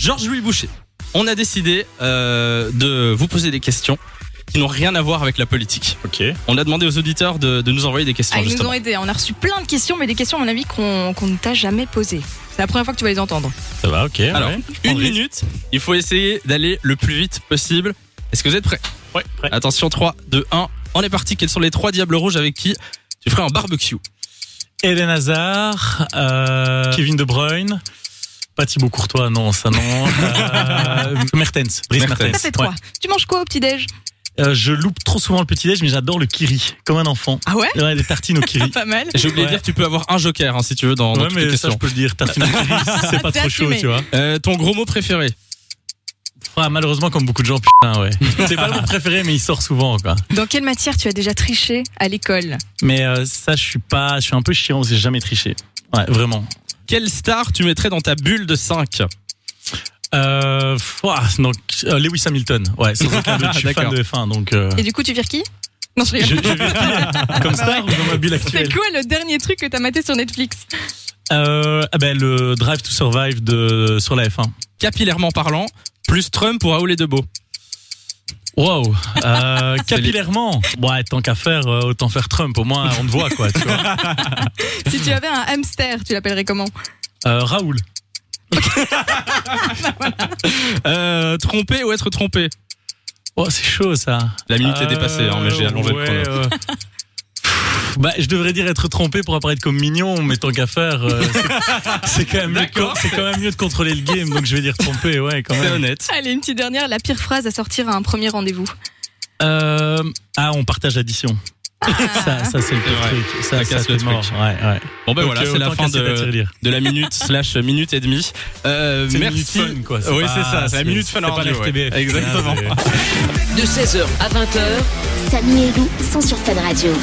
Georges-Louis Boucher, on a décidé euh, de vous poser des questions qui n'ont rien à voir avec la politique. Ok. On a demandé aux auditeurs de, de nous envoyer des questions, Ah, ils nous justement. ont aidés. On a reçu plein de questions, mais des questions, à mon avis, qu'on qu'on ne t'a jamais posées. C'est la première fois que tu vas les entendre. Ça va, ok. Alors, ouais. Je prends Une le risque. minute, il faut essayer d'aller le plus vite possible. Est-ce que vous êtes prêts Ouais, prêt. Attention, 3, 2, 1. On est parti. Quels sont les trois diables rouges avec qui tu ferais un barbecue Eden Hazard, euh, Kevin De Bruyne, pas Thibaut Courtois, non, ça non. euh, Mertens, Brice Mertens. Mertens. Ça fait trois. ouais. Tu manges quoi au petit-déj Euh, je loupe trop souvent le petit déj, mais j'adore le kiri, comme un enfant. Ah ouais Ouais, des tartines au kiri. Pas mal. J'ai oublié de Ouais. dire, tu peux avoir un joker hein, si tu veux dans, dans ouais, toutes les mais ça, questions. je peux le dire. Tartines au kiri, c'est pas T'es trop chaud, assumé. tu vois. Euh, ton gros mot préféré Ah, malheureusement, comme beaucoup de gens, putain, ouais. C'est pas mon préféré, mais il sort souvent, quoi. Dans quelle matière tu as déjà triché à l'école Mais euh, ça, je suis pas, je suis un peu chiant, j'ai jamais triché. Ouais, vraiment. Quelle star tu mettrais dans ta bulle de 5 Euh, ouah, donc, euh, Lewis Hamilton. Ouais, sans aucun doute, je suis fan D'accord. de F1, donc. euh, Et du coup, tu vires qui Non, je je, rigole. je vais dire, comme star ou dans ma bulle C'est actuelle. quoi le dernier truc que t'as maté sur Netflix Euh, ah ben, le Drive to Survive de sur la F1. Capillairement parlant, plus Trump ou Raoul et Debo Wow. Euh, capillairement. Ouais, tant qu'à faire, euh, autant faire Trump. Au moins, on te voit, quoi. Tu vois. Si tu avais un hamster, tu l'appellerais comment Euh, Raoul. Euh, tromper ou être trompé Oh, c'est chaud ça. La minute est dépassée, hein, mais j'ai Euh, allongé le ouais, chrono. euh, pff, Bah, je devrais dire être trompé pour apparaître comme mignon, mais tant qu'à faire, euh, c'est- c'est quand, même mieux de con- D'accord. c'est quand même mieux de contrôler le game, donc je vais dire trompé, ouais, quand C'est même. honnête. Allez, une petite dernière, la pire phrase à sortir à un premier rendez-vous. Euh, ah, on partage l'addition. Ça, ça c'est le C'est pire vrai. truc. Ça, Ça ça, casse le c'est mort. truc. Ouais, ouais. Bon ben Donc, voilà, euh, c'est la autant fin casser la de, tirelire. de la minute slash minute et demie. Euh, C'est une minute merci. fun, quoi. oui, pas- c'est ça, c'est la minute fun C'est pas radio, la FTBF. ouais. Exactement. Ah, hein, c'est- De 16h à 20h, Samy et Lou sont sur Fan Radio.